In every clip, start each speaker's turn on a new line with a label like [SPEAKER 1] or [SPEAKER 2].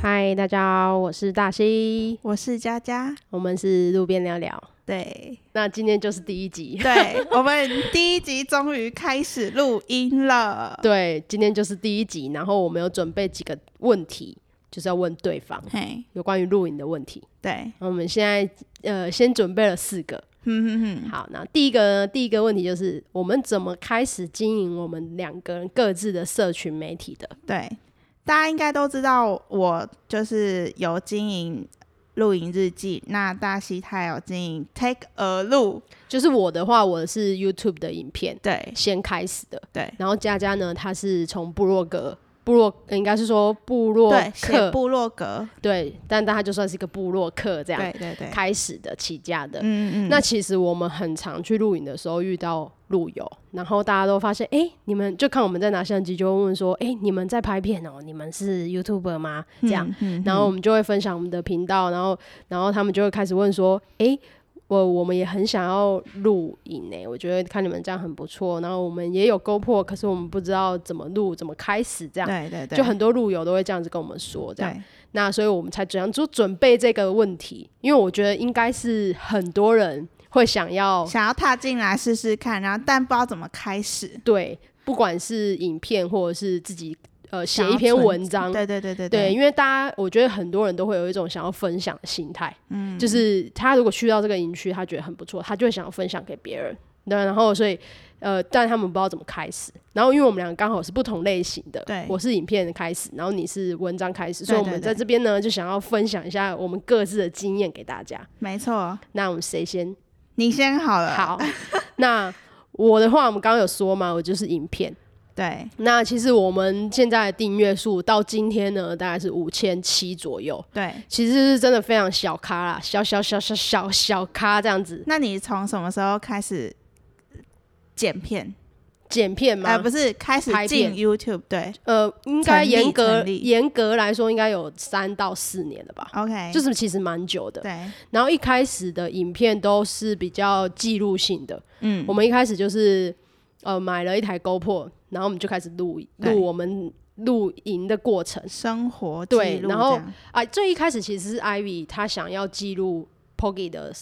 [SPEAKER 1] 嗨，大家好，我是大西，
[SPEAKER 2] 我是佳佳，
[SPEAKER 1] 我们是路边聊聊。
[SPEAKER 2] 对
[SPEAKER 1] 那今天就是第一集，
[SPEAKER 2] 对，我们第一集终于开始录音了。
[SPEAKER 1] 对，今天就是第一集。然后我们有准备几个问题，就是要问对方
[SPEAKER 2] 嘿，
[SPEAKER 1] 有关于录影的问题。
[SPEAKER 2] 对，
[SPEAKER 1] 那我们现在呃，先准备了四个。
[SPEAKER 2] 嗯哼哼哼，
[SPEAKER 1] 好，那第一个呢第一个问题就是我们怎么开始经营我们两个人各自的社群媒体的？
[SPEAKER 2] 对，大家应该都知道，我就是有经营露营日记，那大西他有经营 Take a 露，
[SPEAKER 1] 就是我的话，我是 YouTube 的影片
[SPEAKER 2] 对
[SPEAKER 1] 先开始的，
[SPEAKER 2] 对
[SPEAKER 1] 然后佳佳呢，她是从部落格。部落呃应该是说部落
[SPEAKER 2] 对，写
[SPEAKER 1] 客
[SPEAKER 2] 部落格，
[SPEAKER 1] 对，但但他就算是一个部落客这
[SPEAKER 2] 对
[SPEAKER 1] 样
[SPEAKER 2] 对对，
[SPEAKER 1] 开始的起家的。
[SPEAKER 2] 嗯嗯，
[SPEAKER 1] 那其实我们很常去露营的时候遇到路友，然后大家都发现，哎、你们就看我们在拿相机，就会问说，哎、你们在拍片哦、你们是 YouTuber 吗？这样，
[SPEAKER 2] 嗯，嗯
[SPEAKER 1] 然后我们就会分享我们的频道，然后然后他们就会开始问说，哎、我我们也很想要录影呢、我觉得看你们这样很不错。然后我们也有 GoPro，可是我们不知道怎么录，怎么开始，这样
[SPEAKER 2] 对对对，
[SPEAKER 1] 就很多路友都会这样子跟我们说，这样。
[SPEAKER 2] 对
[SPEAKER 1] 那所以我们才怎样做准备这个问题，因为我觉得应该是很多人会想要
[SPEAKER 2] 想要踏进来试试看，然后但不知道怎么开始，
[SPEAKER 1] 对，不管是影片或者是自己呃写
[SPEAKER 2] 想
[SPEAKER 1] 一
[SPEAKER 2] 要
[SPEAKER 1] 篇
[SPEAKER 2] 存
[SPEAKER 1] 文章，
[SPEAKER 2] 对对对对
[SPEAKER 1] 对，因为大家我觉得很多人都会有一种想要分享的心态，嗯，就是他如果去到这个营区，他觉得很不错，他就会想要分享给别人。对，然后所以呃，但他们不知道怎么开始。然后因为我们两个刚好是不同类型的，
[SPEAKER 2] 对
[SPEAKER 1] 我是影片开始，然后你是文章开始，
[SPEAKER 2] 对
[SPEAKER 1] 所以我
[SPEAKER 2] 对
[SPEAKER 1] 们
[SPEAKER 2] 对
[SPEAKER 1] 在这边呢就想要分享一下我们各自的经验给大家。
[SPEAKER 2] 没错，
[SPEAKER 1] 那我们谁先？
[SPEAKER 2] 你先好了，，
[SPEAKER 1] 好，那我的话，我们刚刚有说嘛，我就是影片。
[SPEAKER 2] 对，
[SPEAKER 1] 那其实我们现在的订阅数到今天呢，大概是五千七左右。
[SPEAKER 2] 对，
[SPEAKER 1] 其实是真的非常小咖啦，小小小小小小咖这样子
[SPEAKER 2] 那你从什么时候开始剪片？
[SPEAKER 1] 剪片
[SPEAKER 2] 呃，
[SPEAKER 1] 吗
[SPEAKER 2] 不？是开始
[SPEAKER 1] 拍
[SPEAKER 2] 进
[SPEAKER 1] 片
[SPEAKER 2] YouTube 对
[SPEAKER 1] 呃，应该
[SPEAKER 2] 成立
[SPEAKER 1] 严格
[SPEAKER 2] 成立
[SPEAKER 1] 严格来说，应该有三到四年了吧，
[SPEAKER 2] ，OK，
[SPEAKER 1] 就是是其实蛮久的。
[SPEAKER 2] 对，
[SPEAKER 1] 然后一开始的影片都是比较记录性的，
[SPEAKER 2] 嗯
[SPEAKER 1] 我，们一开始就是呃买了一台 GoPro，然后我们就开始录
[SPEAKER 2] 对
[SPEAKER 1] 录我们露营的过程
[SPEAKER 2] 生活记
[SPEAKER 1] 对
[SPEAKER 2] 录
[SPEAKER 1] 然后
[SPEAKER 2] 这样
[SPEAKER 1] 啊。最一开始其实是 Ivy 她想要记录 Poggy 的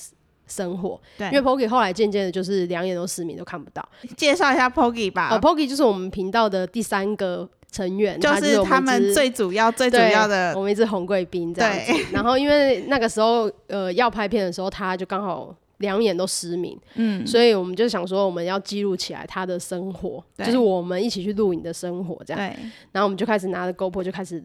[SPEAKER 1] 生活，
[SPEAKER 2] 对，
[SPEAKER 1] 因为 Poggy 后来渐渐的就是两眼都失明，都看不到。
[SPEAKER 2] 介绍一下 Poggy 吧，
[SPEAKER 1] 哦，Poggy 就是我们频道的第三个成员，
[SPEAKER 2] 就
[SPEAKER 1] 他是我
[SPEAKER 2] 他
[SPEAKER 1] 们一
[SPEAKER 2] 们
[SPEAKER 1] 只
[SPEAKER 2] 最主要最主
[SPEAKER 1] 对
[SPEAKER 2] 要的
[SPEAKER 1] 我们一只红贵宾这样子。然后因为那个时候呃要拍片的时候，他就刚好。两眼都失明，
[SPEAKER 2] 嗯
[SPEAKER 1] 所以我们就想说，我们要记录起来他的生活，
[SPEAKER 2] 对
[SPEAKER 1] 就是我们一起去露营的生活这样。
[SPEAKER 2] 对
[SPEAKER 1] 然后我们就开始拿着 GoPro 就开始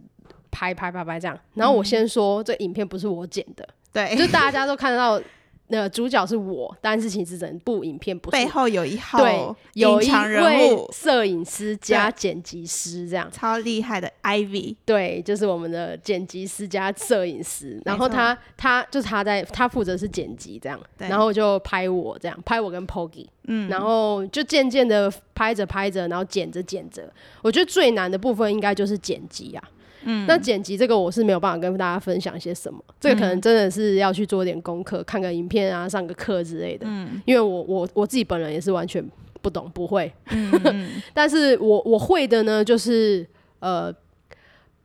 [SPEAKER 1] 拍拍拍拍这样。然后
[SPEAKER 2] 嗯
[SPEAKER 1] 我先说，这影片不是我剪的，就
[SPEAKER 2] 对，
[SPEAKER 1] 是大家都看得到，呃，主角是我，但是其实整部影片不是
[SPEAKER 2] 背
[SPEAKER 1] 我
[SPEAKER 2] 后有一
[SPEAKER 1] 对
[SPEAKER 2] 号，
[SPEAKER 1] 有
[SPEAKER 2] 隐
[SPEAKER 1] 一
[SPEAKER 2] 藏人
[SPEAKER 1] 位
[SPEAKER 2] 物，
[SPEAKER 1] 摄影师加剪辑师这样。
[SPEAKER 2] 超厉害的 Ivy，
[SPEAKER 1] 对，就是我们的剪辑师加摄影师，然后
[SPEAKER 2] 错
[SPEAKER 1] 他他就是他在他负责是剪辑这样，
[SPEAKER 2] 对
[SPEAKER 1] 然后就拍我这样，拍我跟 Poggy，
[SPEAKER 2] 嗯，
[SPEAKER 1] 然后就渐渐的拍着拍着，然后剪着剪着，我觉得最难的部分应该就是剪辑啊。嗯，那剪辑这个我是没有办法跟大家分享些什么，这个可
[SPEAKER 2] 嗯
[SPEAKER 1] 能真的是要去做点功课，看个影片啊，上个课之类的。嗯，因为我我我自己本人也是完全不懂不会，
[SPEAKER 2] 嗯
[SPEAKER 1] 但是我我会的呢，就是呃，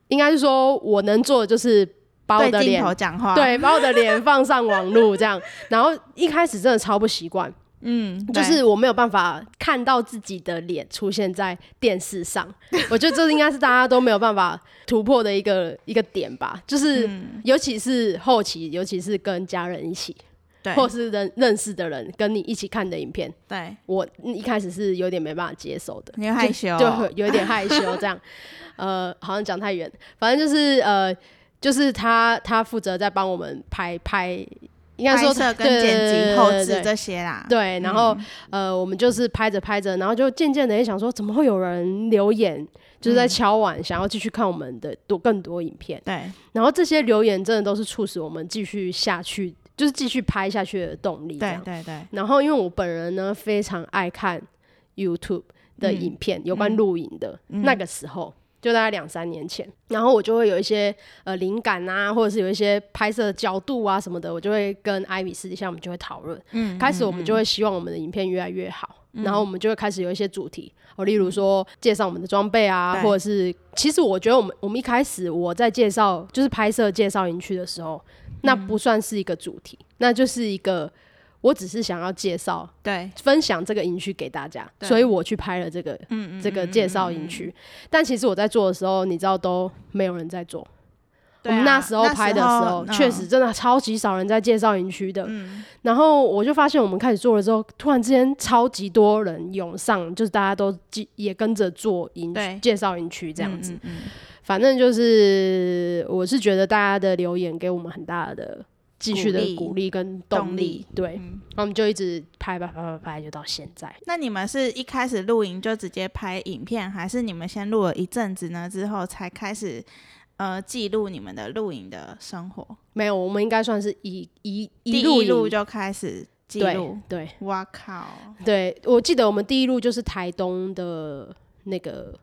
[SPEAKER 1] 应该是说我能做的就是把我的
[SPEAKER 2] 对
[SPEAKER 1] 脸
[SPEAKER 2] 镜头讲话，
[SPEAKER 1] 对，把我的脸放上网路 这样。然后一开始真的超不习惯，
[SPEAKER 2] 嗯，
[SPEAKER 1] 就
[SPEAKER 2] 对
[SPEAKER 1] 是我没有办法看到自己的脸出现在电视上。 我觉得这应该是大家都没有办法突破的一个一个点吧，就是。
[SPEAKER 2] 嗯
[SPEAKER 1] 尤其是后期，尤其是跟家人一起，
[SPEAKER 2] 对
[SPEAKER 1] 或是认认识的人跟你一起看的影片，
[SPEAKER 2] 对，
[SPEAKER 1] 我一开始是有点没办法接受的。
[SPEAKER 2] 你会害羞
[SPEAKER 1] 就很有一点害羞这 样。呃，好像讲太远，反正就是呃，就是他他负责在帮我们拍拍，应该说
[SPEAKER 2] 拍摄
[SPEAKER 1] 他
[SPEAKER 2] 跟
[SPEAKER 1] 对
[SPEAKER 2] 剪辑后
[SPEAKER 1] 对
[SPEAKER 2] 置
[SPEAKER 1] 对
[SPEAKER 2] 这嗯些啦，
[SPEAKER 1] 对，然后、呃，我们就是拍着拍着，然后就渐渐的也想说，怎么会有人留言，就是
[SPEAKER 2] 嗯
[SPEAKER 1] 在敲碗，想要继续看我们的多更多影片。
[SPEAKER 2] 对
[SPEAKER 1] 然后这些留言真的都是促使我们继续下去，就是继续拍下去的动力。这
[SPEAKER 2] 对
[SPEAKER 1] 样
[SPEAKER 2] 对对，
[SPEAKER 1] 然后因为我本人呢
[SPEAKER 2] 嗯
[SPEAKER 1] 非常爱看 YouTube 的影片，有关露营的、那个时候，就大概两三年前，然后我就会有一些呃灵感啊，或者是有一些拍摄的角度啊什么的，我就会跟艾米私底下我们就会讨论。
[SPEAKER 2] 嗯
[SPEAKER 1] 开始我们就会希望我们的影片越来越好，然后我们就会开始有一些主题，哦，例如说介绍我们的装备啊，
[SPEAKER 2] 嗯对
[SPEAKER 1] 或者是其实我觉得我们我们一开始我在介绍就是拍摄介绍营区的时候，那
[SPEAKER 2] 嗯
[SPEAKER 1] 不算是一个主题，那就是一个我只是想要介绍
[SPEAKER 2] 对，
[SPEAKER 1] 分享这个营区给大家，
[SPEAKER 2] 对
[SPEAKER 1] 所以我去拍了这个
[SPEAKER 2] 嗯
[SPEAKER 1] 这个介绍营区，但其实我在做的时候，你知道都没有人在做。我
[SPEAKER 2] 对啊
[SPEAKER 1] 们那时候拍的时候，
[SPEAKER 2] 那
[SPEAKER 1] 确实真的超级少人在介绍营区的。
[SPEAKER 2] 嗯
[SPEAKER 1] 然后我就发现，我们开始做了之后，突然之间超级多人涌上，就是大家都记也跟着做营
[SPEAKER 2] 对
[SPEAKER 1] 介绍营区这样子。
[SPEAKER 2] 嗯嗯嗯
[SPEAKER 1] 反正就是，我是觉得大家的留言给我们很大的继续
[SPEAKER 2] 鼓
[SPEAKER 1] 的
[SPEAKER 2] 励
[SPEAKER 1] 鼓励跟
[SPEAKER 2] 动
[SPEAKER 1] 动
[SPEAKER 2] 力
[SPEAKER 1] 力。对，
[SPEAKER 2] 嗯
[SPEAKER 1] 然后我们就一直拍拍拍拍拍，就到现在。
[SPEAKER 2] 那你们是一开始录影就直接拍影片，还是你们先录了一阵子呢，之后才开始呃记录你们的录影的生活？
[SPEAKER 1] 没有，我们应该算是一一
[SPEAKER 2] 第
[SPEAKER 1] 路
[SPEAKER 2] 一路就开始记
[SPEAKER 1] 对
[SPEAKER 2] 录。
[SPEAKER 1] 对
[SPEAKER 2] 哇靠！
[SPEAKER 1] 对，我记得我们第一路就是台东的那个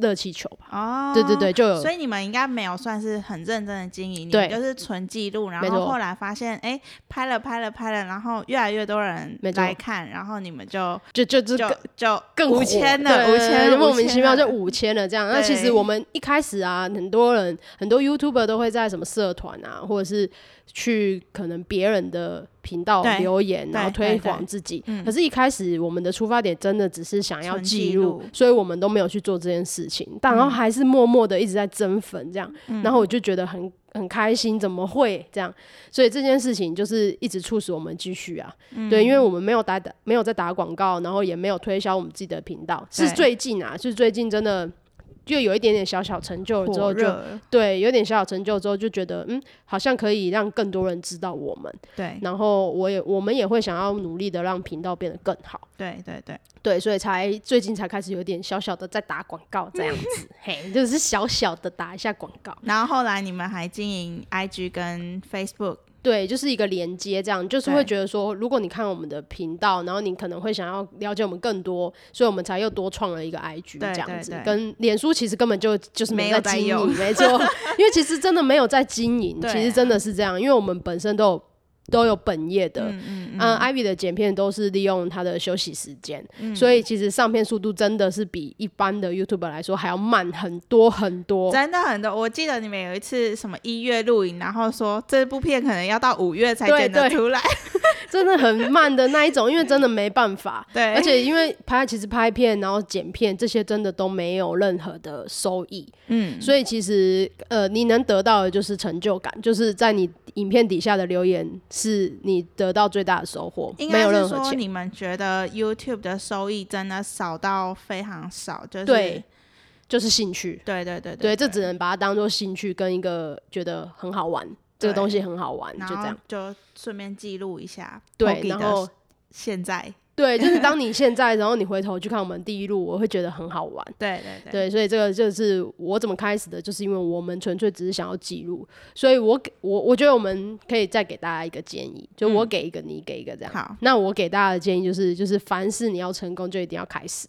[SPEAKER 1] 热气球吧。
[SPEAKER 2] 哦，
[SPEAKER 1] 对对对，就有
[SPEAKER 2] 所以你们应该没有算是很认真的经营，你
[SPEAKER 1] 对
[SPEAKER 2] 们就是纯记录，然
[SPEAKER 1] 没
[SPEAKER 2] 后
[SPEAKER 1] 错
[SPEAKER 2] 后来发现，哎，拍了拍了拍了，然后越来越多人
[SPEAKER 1] 没错
[SPEAKER 2] 来看，然后你们就
[SPEAKER 1] 就就是
[SPEAKER 2] 就
[SPEAKER 1] 更
[SPEAKER 2] 就
[SPEAKER 1] 更
[SPEAKER 2] 五
[SPEAKER 1] 火
[SPEAKER 2] 千了，
[SPEAKER 1] 对
[SPEAKER 2] 五千了，
[SPEAKER 1] 莫名其妙就
[SPEAKER 2] 五
[SPEAKER 1] 五千了这样。那
[SPEAKER 2] 对
[SPEAKER 1] 其实我们一开始啊，很多人很多 YouTuber 都会在什么社团啊，或者是去可能别人的频道
[SPEAKER 2] 对
[SPEAKER 1] 留言，
[SPEAKER 2] 对嗯
[SPEAKER 1] 然后推广自己。可是，一开始我们的出发点真的只是想要
[SPEAKER 2] 纯
[SPEAKER 1] 记
[SPEAKER 2] 记
[SPEAKER 1] 录
[SPEAKER 2] 录，嗯
[SPEAKER 1] 所以我们都没有去做这件事情，但然后还是默默的一直在增粉这样。然后我就觉得很。很开心，怎么会这样？所以这件事情就是一直促使我们继续啊。
[SPEAKER 2] 嗯
[SPEAKER 1] 对，因为我们没有打打，没有在打广告，然后也没有推销我们自己的频道，
[SPEAKER 2] 对
[SPEAKER 1] 是最近啊，是最近真的就有一点点小小成就了之
[SPEAKER 2] 火
[SPEAKER 1] 后就，
[SPEAKER 2] 热，
[SPEAKER 1] 对，有点小小成就之后就觉得，嗯，好像可以让更多人知道我们，
[SPEAKER 2] 对
[SPEAKER 1] 然后我也我们也会想要努力的让频道变得更好，
[SPEAKER 2] 对对对，
[SPEAKER 1] 对，所以才最近才开始有点小小的在打广告这样 子，嘿，就是小小的打一下广告。
[SPEAKER 2] 然后后来你们还经营 IG 跟 Facebook，
[SPEAKER 1] 对，就是一个连接，这样就是
[SPEAKER 2] 对
[SPEAKER 1] 会觉得说，如果你看我们的频道，然后你可能会想要了解我们更多，所以我们才又多创了一个 IG
[SPEAKER 2] 对
[SPEAKER 1] 这样子
[SPEAKER 2] 对对。
[SPEAKER 1] 跟脸书其实根本就就是
[SPEAKER 2] 没
[SPEAKER 1] 没
[SPEAKER 2] 有
[SPEAKER 1] 在
[SPEAKER 2] 在
[SPEAKER 1] 经
[SPEAKER 2] 用
[SPEAKER 1] 营，没 错，因为其实真的没有在经营，
[SPEAKER 2] 对啊
[SPEAKER 1] 其实真的是这样，因为我们本身都有都有本业的。嗯
[SPEAKER 2] 嗯嗯
[SPEAKER 1] Ivy 的剪片都是利用她的休息时间，所以其实上片速度真的是比一般的 YouTuber 来说还要慢很多很多。
[SPEAKER 2] 真的很多。我记得你们有一次什么一月录影，然后说这部片可能要到五月才
[SPEAKER 1] 对
[SPEAKER 2] 剪得
[SPEAKER 1] 对
[SPEAKER 2] 出来，
[SPEAKER 1] 真的很慢的那一种，因为真的没办法。
[SPEAKER 2] 对
[SPEAKER 1] 而且因为拍其实拍片，然后剪片这些真的都没有任何的收益，
[SPEAKER 2] 嗯，
[SPEAKER 1] 所以其实呃，你能得到的就是成就感，就是在你影片底下的留言是你得到最大的收获，
[SPEAKER 2] 应
[SPEAKER 1] 没
[SPEAKER 2] 该
[SPEAKER 1] 有
[SPEAKER 2] 是
[SPEAKER 1] 任何
[SPEAKER 2] 说
[SPEAKER 1] 钱。
[SPEAKER 2] 你们觉得 YouTube 的收益真的少到非常少，就是
[SPEAKER 1] 对就是兴趣，
[SPEAKER 2] 对对对
[SPEAKER 1] 对，这只能把它当做兴趣跟一个觉得很好玩，这个
[SPEAKER 2] 对
[SPEAKER 1] 东西很好玩，
[SPEAKER 2] 然
[SPEAKER 1] 就这
[SPEAKER 2] 后
[SPEAKER 1] 样。
[SPEAKER 2] 就顺便记录一下 p o
[SPEAKER 1] 对，
[SPEAKER 2] g
[SPEAKER 1] 然后
[SPEAKER 2] 的现在，
[SPEAKER 1] 对，就是当你现在，然后你回头去看我们第一路，我会觉得很好玩。
[SPEAKER 2] 对对对
[SPEAKER 1] 对，所以这个就是我怎么开始的，就是因为我们纯粹只是想要记录，所以我给我我觉得我们可以再给大家一个建议，就我给一个，你给一个这样。
[SPEAKER 2] 嗯好，
[SPEAKER 1] 那我给大家的建议就是，就是凡事你要成功，就一定要开始。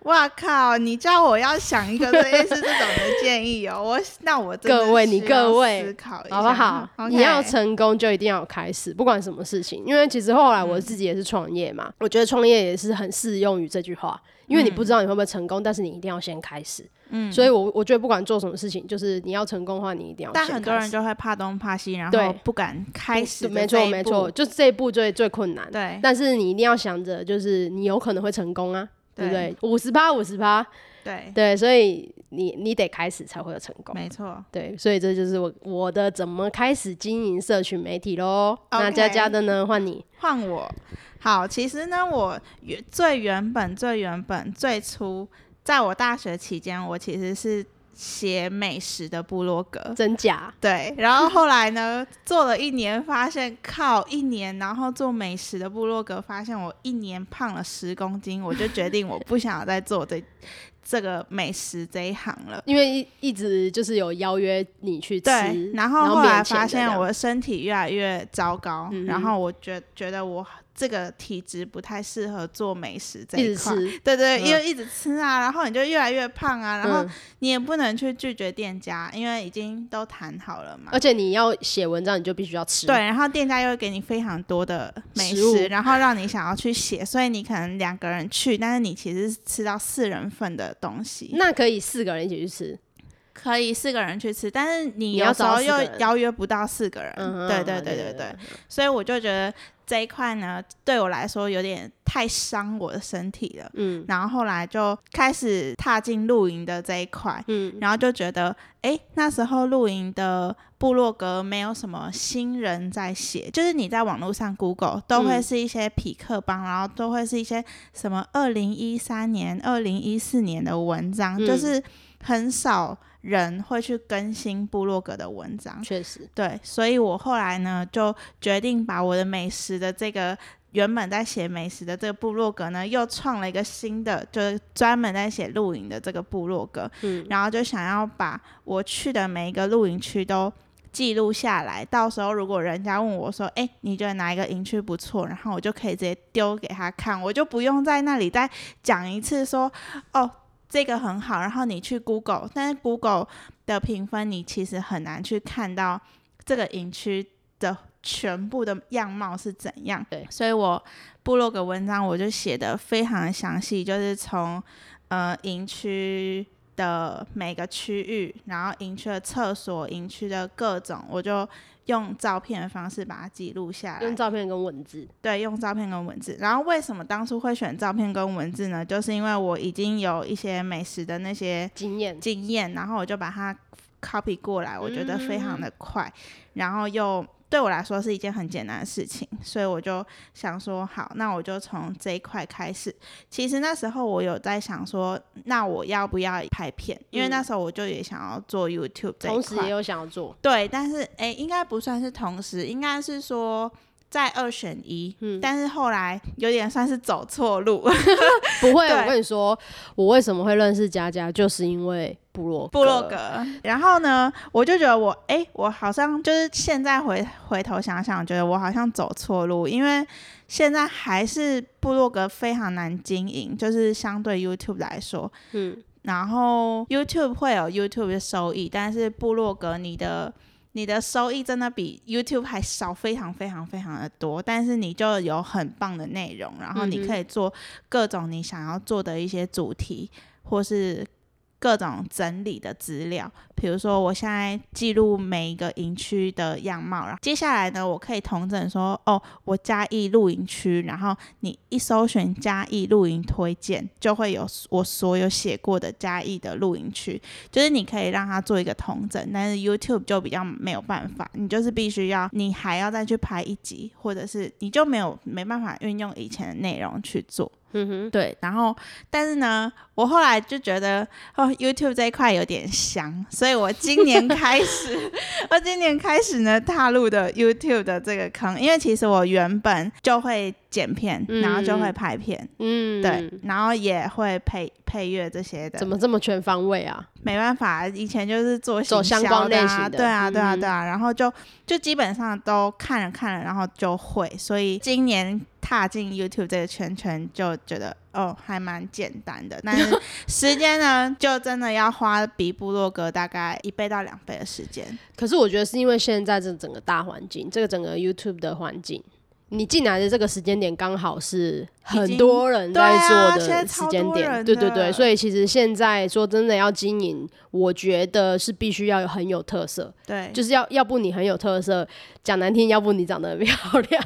[SPEAKER 2] 哇靠！你叫我要想一个类似这种的建议哦， 我那我真的
[SPEAKER 1] 各位你
[SPEAKER 2] 需要
[SPEAKER 1] 各位
[SPEAKER 2] 思考一下，
[SPEAKER 1] 好不好
[SPEAKER 2] 哎 OK
[SPEAKER 1] 你要成功就一定要有开始，不管什么事情。因为其实后来
[SPEAKER 2] 嗯
[SPEAKER 1] 我自己也是创业嘛，我觉得创业也是很适用于这句话，因为
[SPEAKER 2] 嗯
[SPEAKER 1] 你不知道你会不会成功，但是你一定要先开始。嗯，所以我我觉得不管做什么事情，就是你要成功的话，你一定要先开
[SPEAKER 2] 但
[SPEAKER 1] 始。
[SPEAKER 2] 很多人就会怕东怕西，然后
[SPEAKER 1] 对
[SPEAKER 2] 不敢开
[SPEAKER 1] 对
[SPEAKER 2] 始
[SPEAKER 1] 嗯
[SPEAKER 2] 的
[SPEAKER 1] 没
[SPEAKER 2] 这
[SPEAKER 1] 错
[SPEAKER 2] 一
[SPEAKER 1] 没
[SPEAKER 2] 步
[SPEAKER 1] 错，，就是这一步最最困难。
[SPEAKER 2] 对
[SPEAKER 1] 但是你一定要想着，就是你有可能会成功啊，对不
[SPEAKER 2] 对
[SPEAKER 1] 对？五十趴，五十趴，
[SPEAKER 2] 对，
[SPEAKER 1] 对，所以你你得开始才会有成功。
[SPEAKER 2] 没错。
[SPEAKER 1] 对，所以这就是我我的怎么开始经营社群媒体喽。那
[SPEAKER 2] OK
[SPEAKER 1] 佳佳的呢，换你。
[SPEAKER 2] 换我，好，其实呢，我原最原本、最原本、最初，在我大学期间，我其实是写美食的部落格，
[SPEAKER 1] 真假？
[SPEAKER 2] 对，然后后来呢，做了一年，发现靠一年，然后做美食的部落格，发现我一年胖了十公斤，我就决定我不想要再做这这个美食这一行了。
[SPEAKER 1] 因为一一直就是有邀约你去吃，
[SPEAKER 2] 对，然
[SPEAKER 1] 后
[SPEAKER 2] 后后来
[SPEAKER 1] 免钱
[SPEAKER 2] 发
[SPEAKER 1] 的这
[SPEAKER 2] 现
[SPEAKER 1] 样
[SPEAKER 2] 我的身体越来越糟糕，
[SPEAKER 1] 嗯哼
[SPEAKER 2] 然后我觉觉得我这个体质不太适合做美食这
[SPEAKER 1] 一直
[SPEAKER 2] 一块。
[SPEAKER 1] 吃，
[SPEAKER 2] 对对，
[SPEAKER 1] 嗯
[SPEAKER 2] 因为一直吃啊，然后你就越来越胖啊，然后
[SPEAKER 1] 嗯，
[SPEAKER 2] 你也不能去拒绝店家，因为已经都谈好了嘛
[SPEAKER 1] 而。且你要写文章，你就必须要吃。
[SPEAKER 2] 对，，然后店家又会给你非常多的美
[SPEAKER 1] 食物
[SPEAKER 2] 食，然后让你想要去写，所以你可能两个人去，但是你其实是吃到四人份的东西。
[SPEAKER 1] 那可以四个人一起去吃，
[SPEAKER 2] 可以四个人去吃，但是你
[SPEAKER 1] 你要
[SPEAKER 2] 有时候
[SPEAKER 1] 找四个
[SPEAKER 2] 又
[SPEAKER 1] 人
[SPEAKER 2] 邀约不到四个人。
[SPEAKER 1] 嗯，
[SPEAKER 2] 对对对对对，所以我就觉得这一块呢，对我来说有点太伤我的身体了。
[SPEAKER 1] 嗯
[SPEAKER 2] 然后后来就开始踏进露营的这一块，
[SPEAKER 1] 嗯，
[SPEAKER 2] 然后就觉得，哎，那时候露营的部落格没有什么新人在写，就是你在网络上 Google 都会
[SPEAKER 1] 嗯
[SPEAKER 2] 是一些匹克帮，然后都会是一些什么二零一三年、二零一四年的文章，就
[SPEAKER 1] 嗯
[SPEAKER 2] 是很少人会去更新部落格的文章。
[SPEAKER 1] 确实，
[SPEAKER 2] 对，所以我后来呢，就决定把我的美食的这个原本在写美食的这个部落格呢，又创了一个新的，就是专门在写露营的这个部落格，
[SPEAKER 1] 嗯
[SPEAKER 2] 然后就想要把我去的每一个露营区都。记录下来，到时候如果人家问我说：“哎、你觉得哪一个营区不错？”然后我就可以直接丢给他看，我就不用在那里再讲一次说：“哦，这个很好。”然后你去 Google，但是 Google 的评分你其实很难去看到这个营区的全部的样貌是怎样。
[SPEAKER 1] 对
[SPEAKER 2] 所以我部落格文章我就写的非常详细，就是从呃营区的每个区域，然后营区的厕所、营区的各种，我就用照片的方式把它记录下来
[SPEAKER 1] 用。照片跟文字，
[SPEAKER 2] 对，用照片跟文字。然后为什么当初会选照片跟文字呢？就是因为我已经有一些美食的那些
[SPEAKER 1] 经验，
[SPEAKER 2] 经验，然后我就把它 copy 过来，我觉得非
[SPEAKER 1] 嗯
[SPEAKER 2] 常的快，然后又对我来说是一件很简单的事情，所以我就想说，好，那我就从这一块开始。其实那时候我有在想说，那我要不要拍片？因为
[SPEAKER 1] 嗯
[SPEAKER 2] 那时候我就也想要做 YouTube 这一
[SPEAKER 1] 同时
[SPEAKER 2] 块
[SPEAKER 1] 也，有想要 做，
[SPEAKER 2] 对，但是诶，应该不算是同时，应该是说。在二选一，
[SPEAKER 1] 嗯
[SPEAKER 2] 但是后来有点算是走错路，
[SPEAKER 1] 不会。
[SPEAKER 2] 对
[SPEAKER 1] 我跟你说，我为什么会认识佳佳，就是因为部落
[SPEAKER 2] 部落格。然后呢，我就觉得我哎、我好像就是现在回回头想想，觉得我好像走错路，因为现在还是部落格非常难经营，就是相对 YouTube 来说，
[SPEAKER 1] 嗯，
[SPEAKER 2] 然后 YouTube 会有 YouTube 的收益，但是部落格你的。你的收益真的比 YouTube 还少，非常非常非常的多，但是你就有很棒的内容，然后
[SPEAKER 1] 嗯
[SPEAKER 2] 你
[SPEAKER 1] 哼
[SPEAKER 2] 可以做各种你想要做的一些主题，或是各种整理的资料。比如说，我现在记录每一个营区的样貌，然后接下来呢，我可以统整说，哦，我嘉义露营区，然后你一搜寻嘉义露营推荐，就会有我所有写过的嘉义的露营区，就是你可以让它做一个统整，但是 YouTube 就比较没有办法，你就是必须要，你还要再去拍一集，或者是你就没有没办法运用以前的内容去做。
[SPEAKER 1] 嗯哼，
[SPEAKER 2] 对，然后但是呢，我后来就觉得哦，YouTube 这一块有点香，所以我今 年开始，我今年开始呢踏入的 YouTube 的这个坑，因为其实我原本就会剪片，然后就
[SPEAKER 1] 嗯
[SPEAKER 2] 会拍片，
[SPEAKER 1] 嗯，
[SPEAKER 2] 对，然后也会配配乐这些的
[SPEAKER 1] 怎，么这么全方位啊？
[SPEAKER 2] 没办法，以前就是做
[SPEAKER 1] 走
[SPEAKER 2] 行
[SPEAKER 1] 相
[SPEAKER 2] 销
[SPEAKER 1] 关
[SPEAKER 2] 的
[SPEAKER 1] 类
[SPEAKER 2] 啊
[SPEAKER 1] 型的
[SPEAKER 2] 对啊，对啊，
[SPEAKER 1] 嗯
[SPEAKER 2] 对啊，然后就就基本上都看了看了，然后就会，所以今年踏进 YouTube 这个圈圈，就觉得哦，还蛮简单的，但是时间呢，就真的要花比部落格大概一倍到两倍的时间。
[SPEAKER 1] 可是我觉得是因为现在这整个大环境，这个整个 YouTube 的环境，你进来的这个时间点刚好是很多人在做
[SPEAKER 2] 已经对啊现在
[SPEAKER 1] 的时
[SPEAKER 2] 超多
[SPEAKER 1] 间点，
[SPEAKER 2] 人
[SPEAKER 1] 对
[SPEAKER 2] 的
[SPEAKER 1] 对对，所以其实现在说真的要经营，我觉得是必须要有很有特色，
[SPEAKER 2] 对，
[SPEAKER 1] 就是要要不你很有特色，讲难听，要不你长得很 漂亮，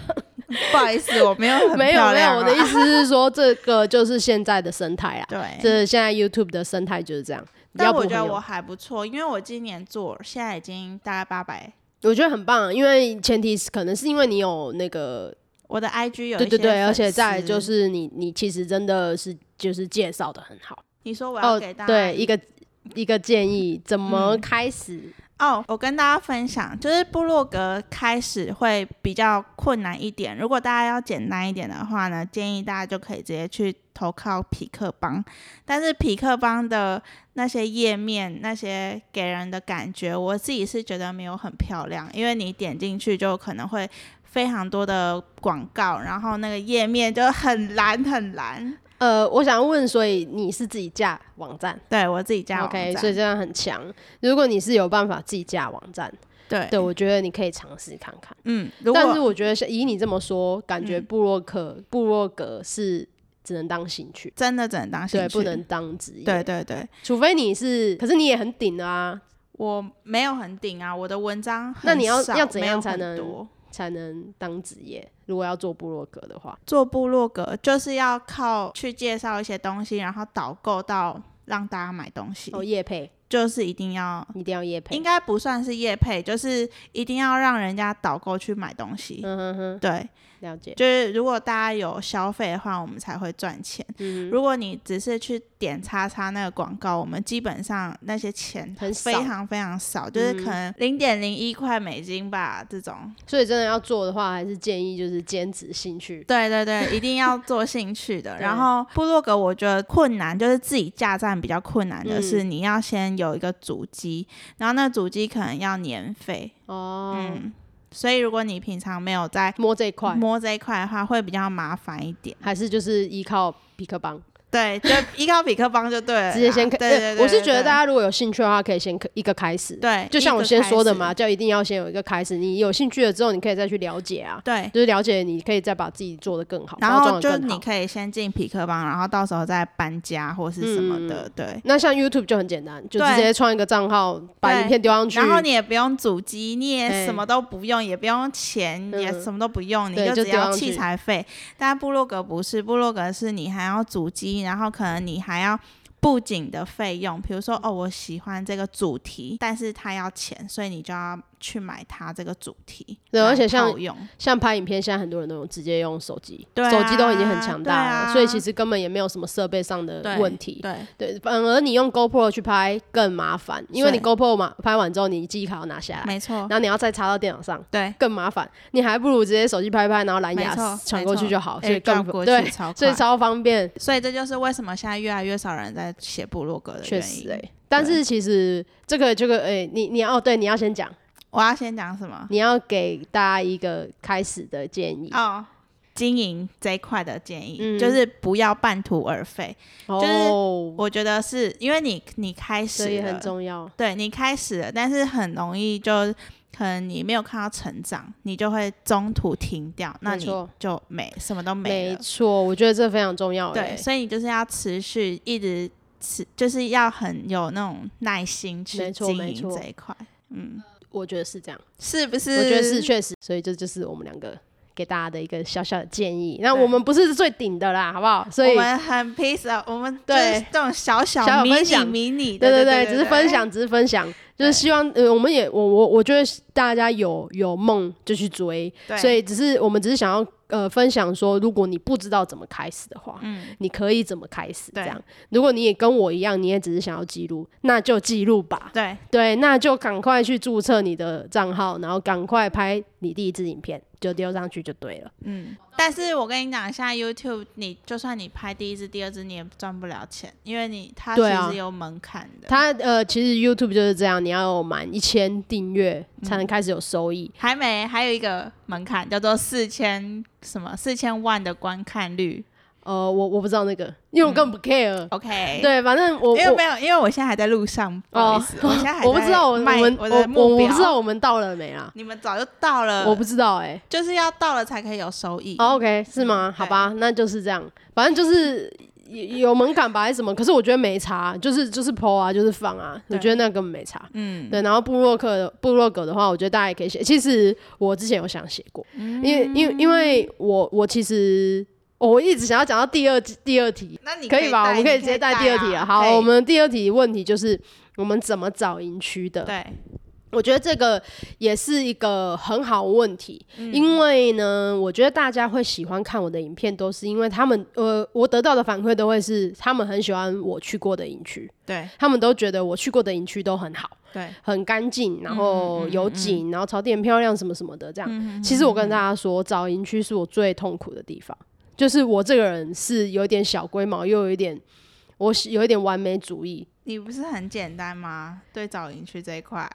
[SPEAKER 2] 不好意思，我没有 很
[SPEAKER 1] 没有
[SPEAKER 2] 漂
[SPEAKER 1] 没
[SPEAKER 2] 亮
[SPEAKER 1] 有，
[SPEAKER 2] 啊
[SPEAKER 1] 我的意思是 说这个就是现在的生态啊，
[SPEAKER 2] 对。
[SPEAKER 1] 这现在 YouTube 的生态就是这样，要
[SPEAKER 2] 但
[SPEAKER 1] 不
[SPEAKER 2] 我觉
[SPEAKER 1] 很
[SPEAKER 2] 得
[SPEAKER 1] 有
[SPEAKER 2] 我还不错，因为我今年做，现在已经大概八百。
[SPEAKER 1] 我觉得很棒，啊因为前提是可能是因为你有那个
[SPEAKER 2] 我的 IG 有
[SPEAKER 1] 对
[SPEAKER 2] 一
[SPEAKER 1] 对
[SPEAKER 2] 些
[SPEAKER 1] 对，而
[SPEAKER 2] 粉
[SPEAKER 1] 且再来
[SPEAKER 2] 丝
[SPEAKER 1] 就是你你其实真的是就是介绍的很好哦
[SPEAKER 2] 你说我要给大家嗯
[SPEAKER 1] 对一个一个建议，怎么开始？
[SPEAKER 2] 哦，我跟大家分享，就是部落格开始会比较困难一点。如果大家要简单一点的话呢，建议大家就可以直接去投靠匹克帮。但是匹克帮的那些页面，那些给人的感觉，我自己是觉得没有很漂亮，因为你点进去就可能会非常多的广告，然后那个页面就很蓝很蓝。
[SPEAKER 1] 呃，我想问，所以你是自己架网站
[SPEAKER 2] 对我自己家
[SPEAKER 1] o
[SPEAKER 2] 网站
[SPEAKER 1] k 所以这样很强。如果你是有办法自己架网站，
[SPEAKER 2] 对
[SPEAKER 1] 对我觉得你可以尝试看看。
[SPEAKER 2] 嗯，如
[SPEAKER 1] 但是
[SPEAKER 2] 果
[SPEAKER 1] 我觉得像以你这么说，感觉
[SPEAKER 2] 嗯
[SPEAKER 1] 部落客、部落格是只能当兴趣，
[SPEAKER 2] 真的只能当兴
[SPEAKER 1] 对，
[SPEAKER 2] 趣，
[SPEAKER 1] 不能当职业。
[SPEAKER 2] 对对对，
[SPEAKER 1] 除非你是，可是你也很顶啊，
[SPEAKER 2] 我没有很顶啊，我的文章很
[SPEAKER 1] 那你要
[SPEAKER 2] 少
[SPEAKER 1] 要怎
[SPEAKER 2] 没有
[SPEAKER 1] 样才
[SPEAKER 2] 很
[SPEAKER 1] 能
[SPEAKER 2] 多
[SPEAKER 1] 才能当职业。如果要做部落格的话，
[SPEAKER 2] 做部落格？就是要靠去介绍一些东西，然后导购到让大家买东西，
[SPEAKER 1] 哦，业配
[SPEAKER 2] 就是一定要，
[SPEAKER 1] 一定要业配
[SPEAKER 2] 应。该不算是业配，就是一定要让人家导购去买东西。
[SPEAKER 1] 嗯哼哼，
[SPEAKER 2] 对，
[SPEAKER 1] 了解。
[SPEAKER 2] 就是如果大家有消费的话，我们才会赚钱。
[SPEAKER 1] 嗯，
[SPEAKER 2] 如果你只是去点叉叉那个广告，我们基本上那些钱
[SPEAKER 1] 很少嗯
[SPEAKER 2] 非常非常少，就是可能零点零一块美金吧，这种。
[SPEAKER 1] 所以真的要做的话，还是建议就是兼职兴趣。
[SPEAKER 2] 对对对，一定要做兴趣 的。
[SPEAKER 1] 对
[SPEAKER 2] 然后部落格，我觉得困难就是自己架站比较困难的是，
[SPEAKER 1] 嗯
[SPEAKER 2] 你要先有一个主机，然后那主机可能要年费，
[SPEAKER 1] 哦，
[SPEAKER 2] 嗯，所以如果你平常没有在
[SPEAKER 1] 摸这一块，
[SPEAKER 2] 摸这一块的话，会比较麻烦一点。
[SPEAKER 1] 还是就是依靠匹克帮，
[SPEAKER 2] 对， 就依靠比克邦就对了啦。
[SPEAKER 1] 直接先
[SPEAKER 2] 对
[SPEAKER 1] 开。呃
[SPEAKER 2] 对对
[SPEAKER 1] 我是觉得大
[SPEAKER 2] 家
[SPEAKER 1] 家如果有兴趣的话，可以先一个开始。
[SPEAKER 2] 对，
[SPEAKER 1] 就像我
[SPEAKER 2] 一个
[SPEAKER 1] 先说的
[SPEAKER 2] 开始
[SPEAKER 1] 嘛，，就一定要先有一个开始。你有兴趣了之后，你可以再去了解啊，
[SPEAKER 2] 对。
[SPEAKER 1] 就是了解，你可以再把自己做得更好，
[SPEAKER 2] 然
[SPEAKER 1] 包
[SPEAKER 2] 后
[SPEAKER 1] 装得
[SPEAKER 2] 就
[SPEAKER 1] 更
[SPEAKER 2] 你
[SPEAKER 1] 好。
[SPEAKER 2] 可以先进匹克邦，然后到时候再搬家或是什么
[SPEAKER 1] 嗯
[SPEAKER 2] 的，对。
[SPEAKER 1] 那像 YouTube 就很简单，就
[SPEAKER 2] 对
[SPEAKER 1] 直接创一个账号，把
[SPEAKER 2] 对
[SPEAKER 1] 影片丢上去，
[SPEAKER 2] 然后你也不用主机，你也
[SPEAKER 1] 哎
[SPEAKER 2] 什么都不用，也不用钱，
[SPEAKER 1] 嗯
[SPEAKER 2] 也什么都不用，你
[SPEAKER 1] 对
[SPEAKER 2] 就
[SPEAKER 1] 就
[SPEAKER 2] 只
[SPEAKER 1] 丢
[SPEAKER 2] 要
[SPEAKER 1] 上去
[SPEAKER 2] 器材费。但部落格不是，部落格是你还要主机，然后可能你还要布景的费用，比如说哦，我喜欢这个主题，但是它要钱，所以你就要去买它这个主题。
[SPEAKER 1] 对
[SPEAKER 2] 来
[SPEAKER 1] 而且像
[SPEAKER 2] 套用
[SPEAKER 1] 像拍影片，现在很多人都有直接用手机，
[SPEAKER 2] 对啊
[SPEAKER 1] 手机都已经很强大了，
[SPEAKER 2] 对啊
[SPEAKER 1] 所以其实根本也没有什么设备上的问题。
[SPEAKER 2] 对
[SPEAKER 1] 对，反而你用 GoPro 去拍更麻烦，因为你
[SPEAKER 2] 对
[SPEAKER 1] GoPro 嘛拍完之后，你记忆卡要拿下来，
[SPEAKER 2] 没错
[SPEAKER 1] 然，后你要再插到电脑上，
[SPEAKER 2] 对。
[SPEAKER 1] 更麻烦。你还不如直接手机拍拍，然后蓝
[SPEAKER 2] 没
[SPEAKER 1] 牙
[SPEAKER 2] 错
[SPEAKER 1] 传过去就好，所以
[SPEAKER 2] AirDrop
[SPEAKER 1] 更
[SPEAKER 2] 哎过去
[SPEAKER 1] 对，
[SPEAKER 2] 超
[SPEAKER 1] 所以
[SPEAKER 2] 快
[SPEAKER 1] 超方便。
[SPEAKER 2] 所以这就是为什么现在越来越少人在写部落格的
[SPEAKER 1] 确
[SPEAKER 2] 原
[SPEAKER 1] 实、
[SPEAKER 2] 因。哎
[SPEAKER 1] 欸，但是其实这个这个，哎、你你要哦对，你要先讲，
[SPEAKER 2] 我要先讲什么？
[SPEAKER 1] 你要给大家一个开始的建议，
[SPEAKER 2] 哦，经营这一块的建议、
[SPEAKER 1] 嗯
[SPEAKER 2] 就是不要半途而废。是
[SPEAKER 1] 哦，
[SPEAKER 2] 我觉得是因为你你开
[SPEAKER 1] 这
[SPEAKER 2] 始
[SPEAKER 1] 也很
[SPEAKER 2] 了，
[SPEAKER 1] 重要。
[SPEAKER 2] 对你开始了，但是很容易就可能你没有看到成长，你就会中途停掉，那
[SPEAKER 1] 没
[SPEAKER 2] 你
[SPEAKER 1] 错
[SPEAKER 2] 就没什么都没
[SPEAKER 1] 没
[SPEAKER 2] 了。
[SPEAKER 1] 错，我觉得这非常重要、
[SPEAKER 2] 对，
[SPEAKER 1] 欸。
[SPEAKER 2] 所以你就是要持续一直持，就是要很有那种耐心去
[SPEAKER 1] 没错
[SPEAKER 2] 经
[SPEAKER 1] 没
[SPEAKER 2] 营
[SPEAKER 1] 错
[SPEAKER 2] 这一块。嗯，
[SPEAKER 1] 我觉得是这样，
[SPEAKER 2] 是不是？
[SPEAKER 1] 我觉得是确实，所以这就是我们两个给大家的一个小小的建议。那
[SPEAKER 2] 对
[SPEAKER 1] 我们不是最顶的啦，好不好？所以
[SPEAKER 2] 我们很 peace，of- 我们就是
[SPEAKER 1] 对
[SPEAKER 2] 这种小小
[SPEAKER 1] 小小
[SPEAKER 2] 迷
[SPEAKER 1] 分
[SPEAKER 2] 你
[SPEAKER 1] 享
[SPEAKER 2] 迷你的，
[SPEAKER 1] 对对
[SPEAKER 2] 对
[SPEAKER 1] 对，只是分享，只是分享，就是希望呃，我们也我我我觉得大家有有梦就去追，
[SPEAKER 2] 对
[SPEAKER 1] 所以只是我们只是想要呃分享说，如果你不知道怎么开始的话，
[SPEAKER 2] 嗯，
[SPEAKER 1] 你可以怎么开始这
[SPEAKER 2] 对
[SPEAKER 1] 样。如果你也跟我一样，你也只是想要记录，那就记录吧。
[SPEAKER 2] 对
[SPEAKER 1] 对，那就赶快去注册你的账号，然后赶快拍你第一支影片，就丢上去就对了。
[SPEAKER 2] 嗯，但是我跟你讲，现在 YouTube 你就算你拍第一支、第二支，你也赚不了钱，因为你它
[SPEAKER 1] 对啊
[SPEAKER 2] 其实有门槛的，
[SPEAKER 1] 它呃，其实 YouTube 就是这样，你要有满一千订阅才能开始有收益。
[SPEAKER 2] 还没还有一个门槛叫做四千什么四千万的观看率
[SPEAKER 1] 呃，我我不知道那个，因为我根本不 care。
[SPEAKER 2] 嗯，OK，，
[SPEAKER 1] 对，反正我
[SPEAKER 2] 因为
[SPEAKER 1] 我哦
[SPEAKER 2] 没有，因为我现在还在路上，不好 意思，我现在还
[SPEAKER 1] 我不
[SPEAKER 2] 在
[SPEAKER 1] 知道我我
[SPEAKER 2] 迈
[SPEAKER 1] 们
[SPEAKER 2] 我
[SPEAKER 1] 我
[SPEAKER 2] 的
[SPEAKER 1] 我
[SPEAKER 2] 目
[SPEAKER 1] 我
[SPEAKER 2] 标，呃
[SPEAKER 1] 不知道我们到了没啦，
[SPEAKER 2] 你们早就到了，
[SPEAKER 1] 我不知道哎。
[SPEAKER 2] 就是要到了才可以有收益，
[SPEAKER 1] 哦 OK，是吗？
[SPEAKER 2] 嗯
[SPEAKER 1] 好吧，那就是这样，反正就是。有有门槛吧，还是什么？可是我觉得没差，就是就是 PO 啊，就是放啊，我
[SPEAKER 2] 对
[SPEAKER 1] 觉得那根本没差。
[SPEAKER 2] 嗯，
[SPEAKER 1] 对，然后部落客的部落格的话，我觉得大家也可以写。其实我之前有想写过，因为因为因为我我其实、哦我一直想要讲到第二季第二题，
[SPEAKER 2] 那你
[SPEAKER 1] 可以吧？我们可以直啊接带第二题了。好，我
[SPEAKER 2] 们
[SPEAKER 1] 们第二题问题就是我们怎么找营区的
[SPEAKER 2] 对
[SPEAKER 1] 我觉得这个也是一个很好问题，
[SPEAKER 2] 嗯
[SPEAKER 1] 因为呢，我觉得大家会喜欢看我的影片，都是因为他们，呃，我得到的反馈都会是他们很喜欢我去过的营区，
[SPEAKER 2] 对
[SPEAKER 1] 他们都觉得我去过的营区都很好，
[SPEAKER 2] 对，
[SPEAKER 1] 很干净，然后有
[SPEAKER 2] 嗯
[SPEAKER 1] 景，然后草地很漂亮，什么什么的这样。其实我跟大家说，找营区是我最痛苦的地方，就是我这个人是有一点小龟毛，又有一点我喜有一点完美主义，
[SPEAKER 2] 你不是很简单吗？对找营区这一块